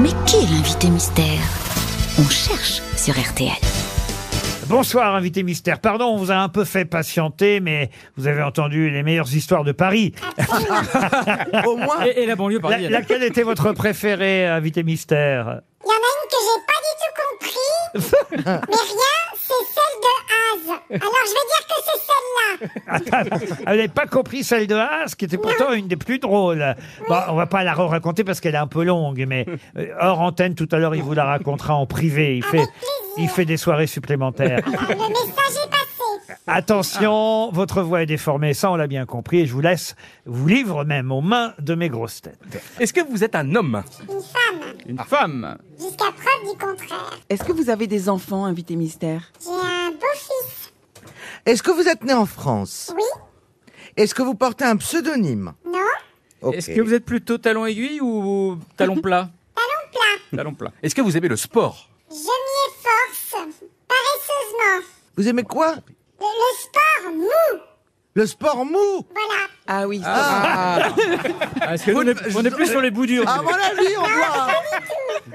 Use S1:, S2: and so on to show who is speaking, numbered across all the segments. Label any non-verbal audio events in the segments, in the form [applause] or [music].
S1: Mais qui est l'invité mystère On cherche sur RTL.
S2: Bonsoir, invité mystère. Pardon, on vous a un peu fait patienter, mais vous avez entendu les meilleures histoires de Paris.
S3: Ah
S4: Au moins.
S5: Et, et la banlieue
S2: La-
S5: parisienne.
S2: laquelle était
S3: [laughs]
S2: votre préférée, invité mystère
S6: Il y en a une que j'ai pas du tout compris, mais rien, c'est celle de Az. Alors je vais dire que c'est celle-là.
S2: Ah, Vous n'avez pas compris celle de Haas, qui était pourtant une des plus drôles. Bon, on va pas la raconter parce qu'elle est un peu longue, mais euh, hors antenne, tout à l'heure, il vous la racontera en privé. Il fait, il fait des soirées supplémentaires.
S6: Ah, Le message est passé.
S2: Attention, votre voix est déformée, ça on l'a bien compris, et je vous laisse, vous livre même aux mains de mes grosses têtes.
S5: Est-ce que vous êtes un homme
S6: Une femme,
S5: Une femme
S6: jusqu'à preuve du contraire.
S4: Est-ce que vous avez des enfants, invité mystère
S6: J'ai un beau-fils.
S3: Est-ce que vous êtes né en France
S6: Oui
S3: Est-ce que vous portez un pseudonyme
S6: Non
S3: Ok.
S5: Est-ce que vous êtes plutôt talon aiguille ou talon [laughs] plat
S6: Talon plat.
S5: Talon plat. Est-ce que vous aimez le sport
S6: Je m'y efforce, paresseusement.
S3: Vous aimez quoi
S6: Le, le sport mou,
S3: Le sport mou
S6: voilà.
S4: Ah oui.
S5: Est-ce que nous, on est- on est plus sur les bouts durs
S3: À mon avis, Ah, on, doit-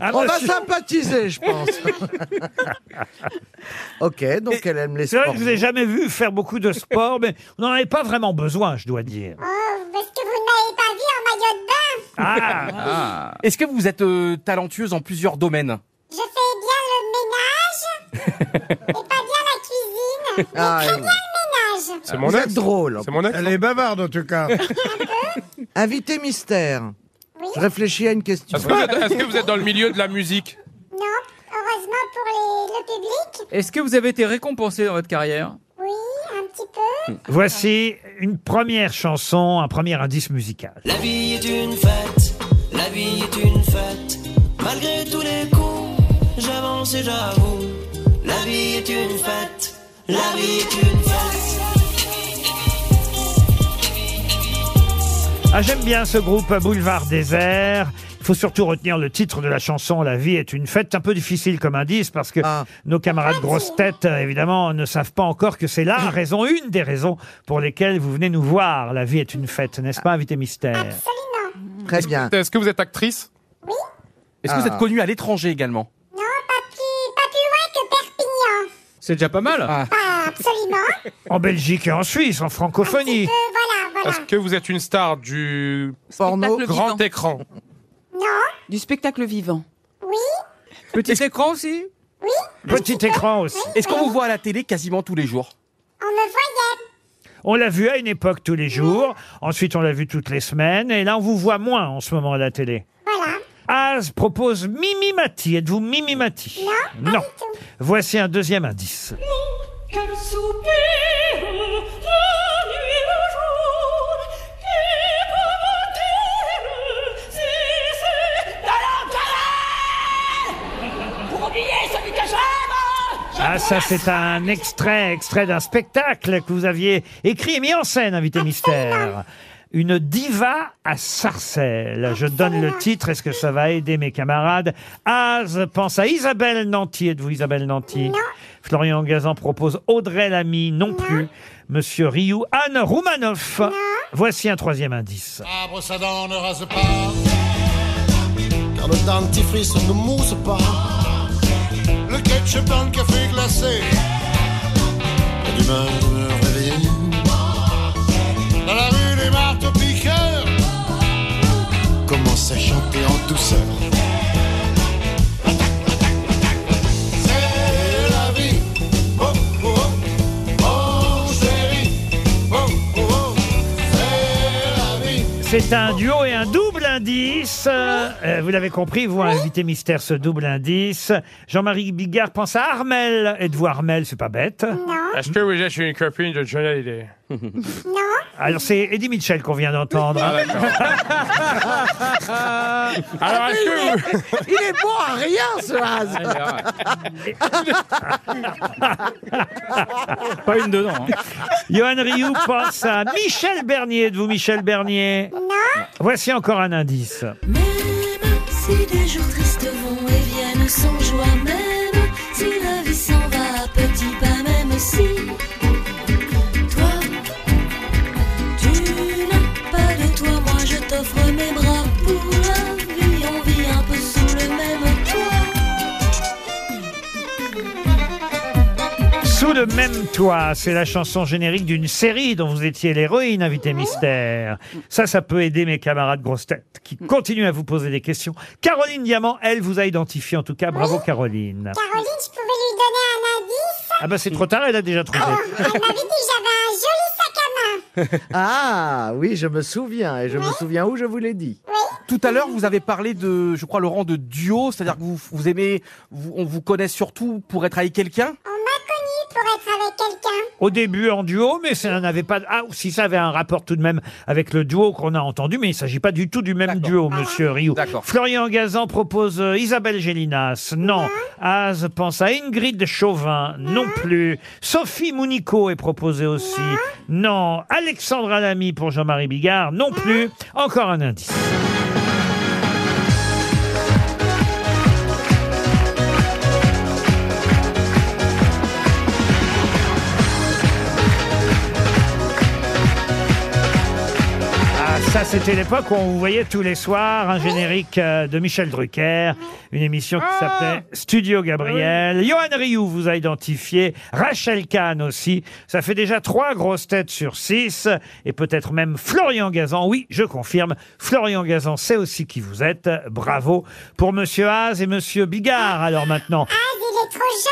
S2: Ah,
S3: on va
S2: monsieur,
S3: sympathiser, je pense. ok, donc elle aime les
S2: c'est vrai
S3: sports.
S2: que je vous ai jamais vu faire beaucoup de
S5: [laughs]
S2: sport, mais on n'en avait pas vraiment besoin, je dois dire.
S6: Oh, parce que vous ne m'avez pas vu en maillot de bain.
S2: Ah,
S5: Est-ce que vous êtes euh, talentueuse en plusieurs domaines
S6: Je fais bien le
S5: [laughs]
S6: ménage et pas bien la cuisine, mais
S3: Ah,
S6: très
S3: oui.
S6: bien le ménage.
S7: C'est
S3: Vous
S7: mon
S3: êtes
S7: ex.
S3: drôle.
S7: C'est mon ex.
S8: Elle est bavarde en tout cas.
S3: [laughs] Invité mystère.
S6: Oui.
S3: Je réfléchis à une question.
S7: Est-ce que, vous êtes- est-ce que vous êtes dans le milieu de la musique
S6: Non, heureusement pour les- le public.
S5: Est-ce que vous avez été récompensé dans votre carrière
S6: Oui, un petit
S7: Mm.
S6: peu.
S2: voici une première chanson, un premier indice musical.
S9: La vie est une fête, la vie est une fête. Malgré tous les coups, j'avance et j'avoue. La vie est une fête, la vie est une fête.
S2: Ah, j'aime bien ce groupe Boulevard Désert. Il faut surtout retenir le titre de la chanson La vie est une fête. Un peu difficile comme indice parce que
S3: Ah.
S2: nos camarades grosses têtes, euh, évidemment, ne savent pas encore que c'est la raison, une des raisons pour lesquelles vous venez nous voir. La vie est une fête, n'est-ce pas, invité mystère
S6: Absolument.
S3: Très bien.
S7: Est-ce que vous êtes actrice Ah.
S5: Est-ce que vous êtes connue à l'étranger également
S6: Non, pas plus, pas plus loin que Perpignan.
S5: C'est déjà pas mal.
S6: Pas absolument.
S7: [laughs]
S2: En Belgique et en Suisse, en francophonie.
S6: Euh, voilà, voilà.
S7: Est-ce que vous êtes une star du
S3: Porno.
S4: Le
S7: grand
S4: vivant.
S7: écran
S6: Non,
S4: Du spectacle vivant.
S6: oui,
S5: Petit écran aussi
S2: Petit écran aussi.
S5: Est-ce qu'on vous voit à la télé quasiment tous les jours
S6: on me voyait.
S2: On l'a vu à une époque tous les jours. Ensuite, on l'a vu toutes les semaines. Et là, on vous voit moins en ce moment à la télé.
S6: Voilà.
S2: Az propose Mimi Mati. Êtes-vous Mimi Mati
S6: Non, pas du tout.
S2: Voici un deuxième indice.
S9: Quel soupir, la nuit et le jour, qui peut me dire si c'est de la galère Pour oublier celui que j'aime
S2: Ah, ça, c'est un extrait, extrait d'un spectacle que vous aviez écrit et mis en scène, invité mystère. Une diva à Sarcelles. Je donne le titre. Est-ce que ça va aider mes camarades Az pense à Isabelle Nanty. Êtes-vous Isabelle Nanty
S6: Non.
S2: Florian Gazan propose Audrey Lamy. Non plus. Monsieur Rioux. Anne Roumanoff. Voici un troisième indice.
S9: Arbre, ça dent, ne rase pas. Car le dentifrice ne mousse pas. Le ketchup dans le café glacé. Et d'humeur me réveiller. Dans la rue, les martes au piqueur. Commence à chanter en douceur. C'est la vie. Oh, oh, oh. Oh, chérie. Oh, oh, oh. C'est la vie.
S2: C'est un duo et un double indice. Euh, vous l'avez compris, vous, invité mystère, ce double indice. Jean-Marie Bigard pense à Armel. Êtes-vous Armel C'est pas bête.
S6: Non,
S7: Est-ce que vous êtes une copine de Johnny Hallyday
S6: non.
S2: Alors, c'est Eddie Mitchell qu'on vient d'entendre.
S7: Alors, est-ce que vous...
S3: Il est bon à rien, ce Haz.
S5: Pas une dedans. hein.
S2: Johan Rioux pense à Michel Bernier. Êtes-vous Michel Bernier Voici encore un indice.
S1: Même si des jours tristes vont et viennent sans joie, même si la vie s'en va à petits pas, même si toi, tu n'as pas de toi, moi je t'offre mes bras pour la vie. On vit un peu sous le
S2: Sous le même toit, c'est la chanson générique d'une série dont vous étiez l'héroïne, invité mystère. Ça, ça peut aider mes camarades grosses têtes qui continuent à vous poser des questions. Caroline Diamant, elle vous a identifié en tout cas. Bravo Caroline.
S6: Caroline, je pouvais lui donner un indice.
S2: Ah bah c'est trop tard, elle a déjà
S7: Ah.
S2: trouvé.
S6: Elle m'avait dit que j'avais un joli sac à main.
S3: Ah oui, je me souviens. Et je me souviens où je vous l'ai dit.
S8: Tout à l'heure, vous avez parlé de, je crois, Laurent, de duo, c'est-à-dire que vous, vous aimez, vous- on vous connaît surtout pour être avec quelqu'un.
S6: On m'a connue pour être avec quelqu'un.
S2: Au début en duo, mais ça n'avait pas. Ah, si ça avait un rapport tout de même avec le duo qu'on a entendu, mais il ne s'agit pas du tout du même duo, monsieur Rioux.
S8: D'accord.
S2: Florian Gazan propose euh, Isabelle Gélinas. Non. Az pense à Ingrid Chauvin. Non plus. Sophie Mounico est proposée aussi. Non. Alexandre Alamy pour Jean-Marie Bigard. Non plus. Encore un indice. Ah, ça, c'était l'époque où on vous voyait tous les soirs un générique euh, de Michel Drucker, une émission qui s'appelait Studio Gabriel. Johan Rioux vous a identifié, Rachel Kahn aussi. Ça fait déjà trois grosses têtes sur six, et peut-être même Florian Gazan. Oui, je confirme, Florian Gazan sait aussi qui vous êtes. Bravo pour Monsieur Haas et Monsieur Bigard. Alors maintenant,
S6: Ah, il est trop jeune.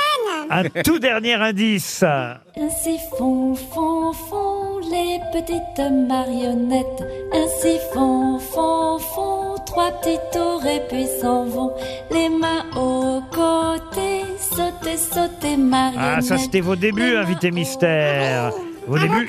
S2: un tout dernier indice.
S1: Ainsi font, font, font les petites marionnettes. Ainsi font, font, font trois petits tours et puis s'en vont. Les mains aux côtés, sauter, sauter marionnettes.
S2: Ah, ça c'était vos débuts, invité mystère. Vos débuts,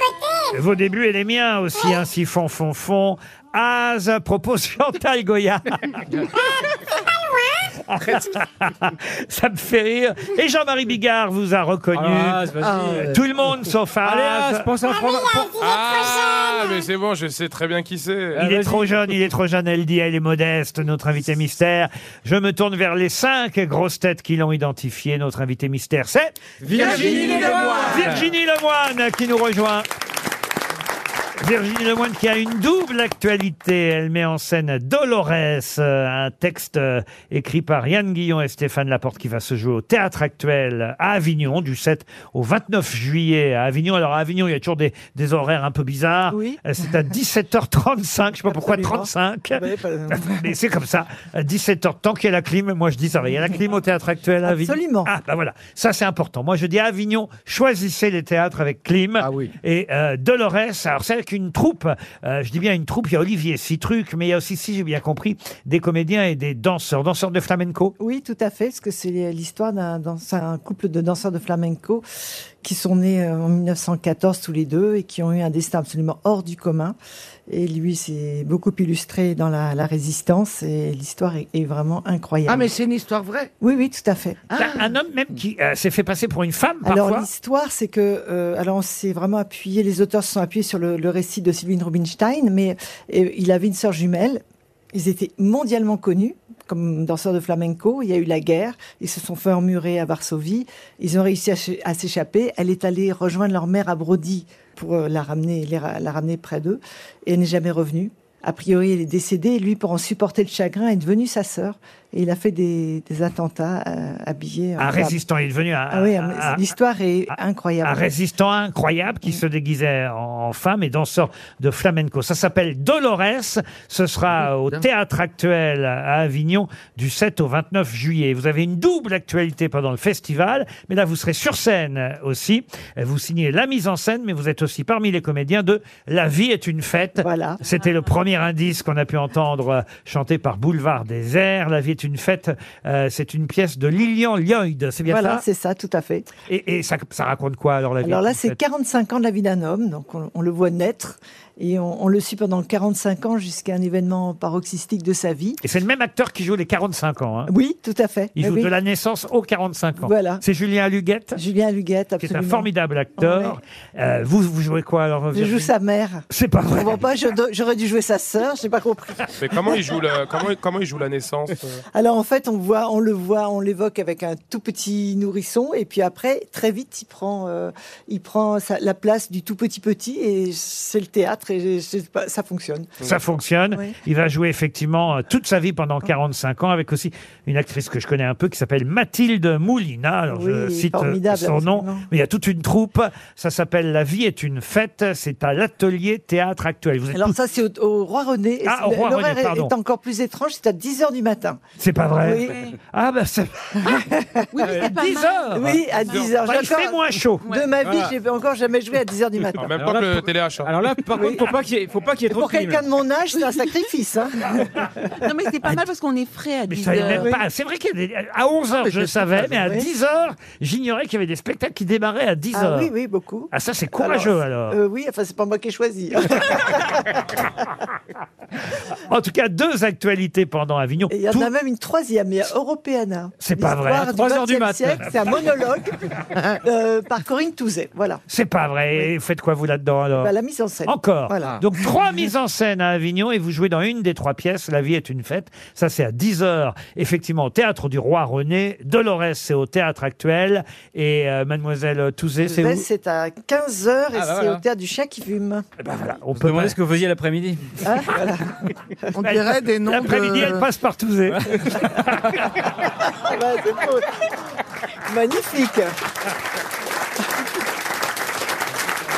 S2: vos débuts et les miens aussi, hein, si fond, fond, fond. Az propose Chantal Goya. [laughs] ça me fait rire. Et Jean-Marie Bigard vous a reconnu.
S5: Ah, c'est facile.
S2: Tout le monde sauf
S5: Allez,
S2: Az.
S5: ah, je pense à
S6: 哎
S5: prendre.
S7: Ah, mais c'est bon, je sais très bien qui c'est.
S2: Il est
S5: Ah, vas-y.
S2: trop jeune, il est trop jeune, elle dit, elle est modeste, notre invité mystère. Je me tourne vers les cinq grosses têtes qui l'ont identifié, notre invité mystère. C'est
S5: Virginie Lemoine.
S2: Virginie Lemoine qui nous rejoint. Virginie Lemoine qui a une double actualité. Elle met en scène Dolores, euh, un texte euh, écrit par Yann Guillon et Stéphane Laporte qui va se jouer au théâtre actuel à Avignon du 7 au 29 juillet à Avignon. Alors à Avignon, il y a toujours des, des horaires un peu bizarres.
S4: Oui.
S2: Euh, C'est à 17h35, je sais pas pourquoi
S4: Absolument. Bah,
S2: 35. Mais c'est comme ça, à 17h, tant qu'il y a la clim, moi je dis ça va, il y a la clim au théâtre actuel à Avignon.
S4: Absolument.
S2: Ah bah voilà, ça c'est important. Moi je dis à Avignon, choisissez les théâtres avec clim.
S3: Ah oui.
S2: Et euh, Dolores, alors c'est avec une troupe, euh, je dis bien une troupe, il y a Olivier Citruc, mais il y a aussi, si j'ai bien compris, des comédiens et des danseurs, danseurs de flamenco.
S10: Oui, tout à fait, parce que c'est l'histoire d'un danse- un couple de danseurs de flamenco qui sont nés euh, en 1914 tous les deux et qui ont eu un destin absolument hors du commun. Et lui s'est beaucoup illustré dans la, la résistance et l'histoire est, est vraiment incroyable.
S3: Ah, mais c'est une histoire vraie.
S10: Oui, oui, tout à fait.
S2: Un homme même qui euh, s'est fait passer pour une femme
S10: Ah. Alors
S2: parfois.
S10: l'histoire, c'est que euh, alors on s'est vraiment appuyé, les auteurs se sont appuyés sur le, le récit de Sylvine Rubinstein, mais euh, il avait une sœur jumelle. Ils étaient mondialement connus comme danseurs de flamenco. Il y a eu la guerre. Ils se sont fait emmurer à Varsovie. Ils ont réussi à ch- à s'échapper. Elle est allée rejoindre leur mère à Brody pour euh, la ramener, les ra- la ramener près d'eux. Et elle n'est jamais revenue. A priori, elle est décédée. Et lui, pour en supporter le chagrin, est devenu sa sœur. Et il a fait des, des attentats euh, habillés. en
S2: Un
S10: femme.
S2: Ah, résistant, il est devenu un,
S10: Ah oui,
S2: un-
S10: mais
S2: un-
S10: l'histoire est
S2: ah, un
S10: incroyable.
S2: résistant incroyable
S10: Mm.
S2: qui se déguisait en en femme et danseur de flamenco. Ça s'appelle Dolores. Ce
S10: Mm-hmm.
S2: sera au théâtre actuel à Avignon du 7 au 29 juillet. Vous avez une double actualité pendant le festival, mais là vous serez sur scène aussi. Vous signez la mise en scène, mais vous êtes aussi parmi les comédiens de La vie est une fête.
S10: Voilà.
S2: C'était le premier indice qu'on a pu entendre euh, chanté par Boulevard des Airs. La vie est une fête. euh, c'est une pièce de Lilian Lloyd. C'est bien
S10: Voilà,
S2: ça
S10: c'est ça, tout à fait.
S2: Et, et ça, ça raconte quoi alors la vie
S10: Alors
S2: est
S10: là,
S2: une
S10: c'est
S2: fête
S10: 45 ans de la vie d'un homme, donc on, on le voit naître et on, on le suit pendant 45 ans jusqu'à un événement paroxystique de sa vie.
S2: Et c'est le même acteur qui joue les 45 ans. hein.
S10: Oui, tout à fait. Eh
S2: Il joue
S10: Ah Oui,
S2: de la naissance aux 45 ans.
S10: Voilà.
S2: C'est Julien Luguette,
S10: Julien Luguette,
S2: qui est
S10: absolument.
S2: un formidable acteur. Euh, vous, vous jouez quoi alors
S10: Je
S2: Virginie
S10: joue sa mère.
S2: C'est pas
S10: Je
S2: vrai.
S10: comprends pas, je do- j'aurais dû jouer sa sœur, j'ai pas compris.
S7: Mais comment il joue la, comment, comment il joue la naissance euh
S10: Alors en fait, on voit, on le voit, on l'évoque avec un tout petit nourrisson, et puis après, très vite, il prend, euh, il prend sa- la place du tout petit petit, et c'est le théâtre, et je sais pas, ça fonctionne.
S2: Ça fonctionne.
S10: Oui.
S2: Il va jouer effectivement euh, toute sa vie pendant 45 ans avec aussi une actrice que je connais un peu qui s'appelle Mathilde Moulina. Alors je
S10: Oui,
S2: cite euh,
S10: formidable,
S2: son nom.
S10: absolument.
S2: Mais il y a toute une troupe. Ça s'appelle La vie est une fête. C'est à l'atelier théâtre actuel. Vous êtes
S10: Alors
S2: tous-
S10: ça, c'est au, au Roi René. Et
S2: Ah,
S10: c'est-
S2: au Roi René,
S10: l'horaire est-
S2: pardon.
S10: est encore plus étrange, c'est à 10h du matin.
S2: C'est pas vrai
S10: Oui.
S2: Ah bah c'est...
S10: [laughs] Oui,
S2: mais c'est pas 10 mal. heures.
S10: Oui, à 10h.
S2: Bah, il fait moins chaud.
S10: De ma vie,
S7: Voilà.
S10: j'ai encore jamais joué à 10h du matin.
S7: Alors, même pas que le hein. téléachat.
S5: Alors là, par contre, faut pas qu'il y ait, faut pas qu'il y ait trop
S10: Pour
S5: de film.
S10: quelqu'un de mon
S2: [laughs]
S10: âge, c'est un sacrifice. hein.
S4: Non, mais c'est pas mal parce qu'on est frais à
S2: Mais
S4: 10
S2: je savais
S4: heures.
S2: même pas. C'est vrai qu'à 11h, je
S10: Ah, je
S2: le
S10: sais
S2: savais,
S10: pas,
S2: mais à
S10: oui.
S2: 10h, j'ignorais qu'il y avait des spectacles qui démarraient à 10h.
S10: Ah oui, oui, beaucoup.
S2: Ah, ça, c'est courageux, alors.
S10: Euh, oui, enfin, c'est pas moi qui
S2: [laughs]
S10: ai choisi.
S2: En tout cas, deux actualités pendant Avignon.
S10: euh, Et Il y en
S2: Tout-
S10: a même une troisième, il y a Europeana.
S2: C'est pas vrai.
S10: L'histoire
S2: À
S10: du
S5: 3 heures du
S10: 20e
S5: mat.
S10: siècle, C'est
S2: [laughs]
S10: un monologue euh, par Corinne Touzet. Voilà.
S2: C'est pas vrai. Faites quoi, vous, là-dedans, alors
S10: Bah, la mise en scène.
S2: Encore.
S10: Voilà.
S2: Donc trois mises en scène à Avignon et vous jouez dans une des trois pièces. La vie est une fête. Ça c'est à 10 h Effectivement, au théâtre du Roi René. Dolores c'est au théâtre actuel et euh, Mademoiselle Touzé c'est
S10: Ben,
S2: où
S10: C'est à 15h et
S5: Ah, bah,
S10: c'est
S5: voilà.
S10: au théâtre du chien qui fume.
S2: Eh ben, voilà, on
S5: Vous
S2: peut.
S5: demandez ce que vous faisiez l'après-midi.
S10: Hein, voilà.
S3: On dirait des noms
S2: L'après-midi,
S3: de...
S2: elle passe par Touzé.
S10: Ah bah,
S2: [laughs]
S10: c'est beau. Magnifique.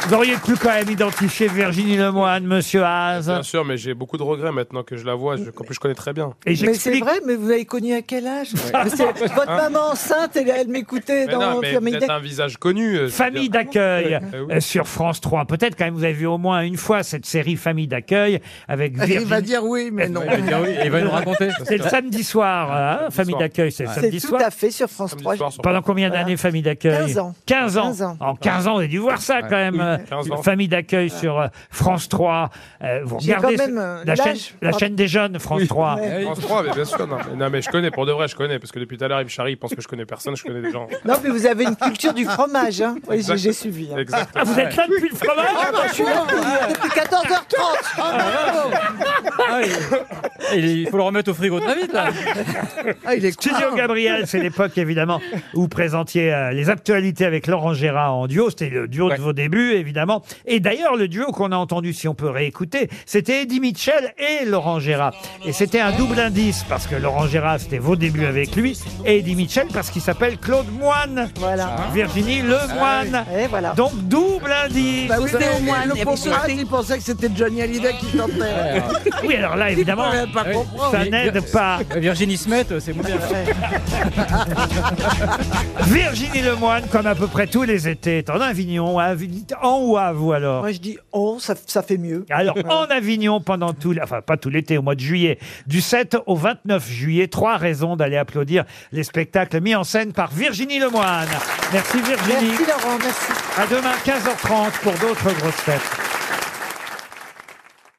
S2: Vous auriez plus quand même identifié Virginie Lemoine, Monsieur Haas.
S7: Bien sûr, mais j'ai beaucoup de regrets maintenant que je la vois. Je, en plus, je connais très bien.
S2: Et
S10: Mais c'est
S2: j'explique.
S10: vrai, mais vous l'avez connue à quel âge Mais c'est-
S2: [laughs]
S10: Votre maman enceinte, elle, elle m'écoutait
S7: Mais non,
S10: dans
S7: mais
S10: Famille
S7: peut-être un visage connu. euh, je veux
S2: Famille
S7: dire.
S2: d'accueil
S7: Ah oui.
S2: euh, sur France 3. Peut-être quand même vous avez vu au moins une fois cette série Famille d'accueil avec
S3: Il va
S2: Virginie.
S3: dire oui, mais non.
S5: Il va dire oui, et il va nous raconter.
S2: C'est le samedi soir, hein, Famille
S7: soir.
S2: d'accueil, c'est le
S10: C'est
S2: samedi
S10: tout
S2: soir.
S10: à fait sur France
S7: Samedi
S10: 3.
S7: soir, sur-
S2: Pendant combien
S10: Voilà.
S2: d'années famille d'accueil
S10: 15 ans.
S2: 15 ans.
S10: 15 ans.
S2: En 15 ans, vous avez dû voir ça quand même. euh,
S7: 15 ans.
S2: Famille d'accueil sur euh, France 3. Euh, vous
S10: J'ai
S2: regardez
S10: quand
S2: ce-
S10: même, euh,
S2: la, chaîne,
S10: l'âge.
S2: la
S10: Pardon.
S2: chaîne des jeunes, France 3.
S5: Eh
S10: Ouais.
S7: France 3, mais bien sûr. Non mais, non, mais je connais, pour de vrai, je connais. Parce que depuis tout à l'heure, il me charrie, il pense que je connais personne, je connais des
S10: [laughs]
S7: gens.
S10: Non, mais vous avez une culture du fromage. Hein. Oui, j'ai- j'ai
S7: Exact.
S10: suivi. hein.
S7: Exactement.
S2: Ah, vous êtes là depuis le fromage
S10: Ah, bah, je suis là depuis, depuis 14h30. Oh, bravo.
S5: Ah, il- il, faut le remettre au frigo très vite, là.
S3: Ah, il est [laughs]
S2: Studio Gabriel, c'est l'époque évidemment où vous présentiez euh, les actualités avec Laurent Gérard en duo. C'était le duo
S7: Ouais.
S2: de vos débuts évidemment. Et d'ailleurs, le duo qu'on a entendu, si on peut réécouter, c'était Eddie Mitchell et Laurent Gérard. Et c'était un double indice parce que Laurent Gérard, c'était vos débuts avec lui. Et Eddie Mitchell parce qu'il s'appelle Claude Moine.
S10: Voilà.
S2: Virginie Lemoine.
S10: Et voilà.
S2: Donc double indice.
S3: Bah oui,
S4: Sauter
S3: mais
S4: au moine, il y
S3: le
S4: a
S3: pauvre
S4: sauter.
S3: il pensait que c'était Johnny Hallyday qui chantait.
S2: Oui, alors là, évidemment,
S3: Il pouvait pas
S5: Eh Oui.
S3: comprendre.
S2: ça
S5: Mais-
S2: n'aide pas.
S5: Virginie Smet, c'est mon bien.
S2: Virginie Lemoine, comme à peu près tous les étés, est en Avignon, à Avignon- en ou à vous alors
S10: Moi, je dis, oh, ça, ça fait mieux.
S2: alors, en Avignon, pendant tout, l'- enfin, pas tout l'été, au mois de juillet, du 7 au 29 juillet, trois raisons d'aller applaudir les spectacles mis en scène par Virginie Lemoine. Merci Virginie.
S10: Merci, Laurent. Merci.
S2: À demain, 15h30 pour d'autres grosses fêtes.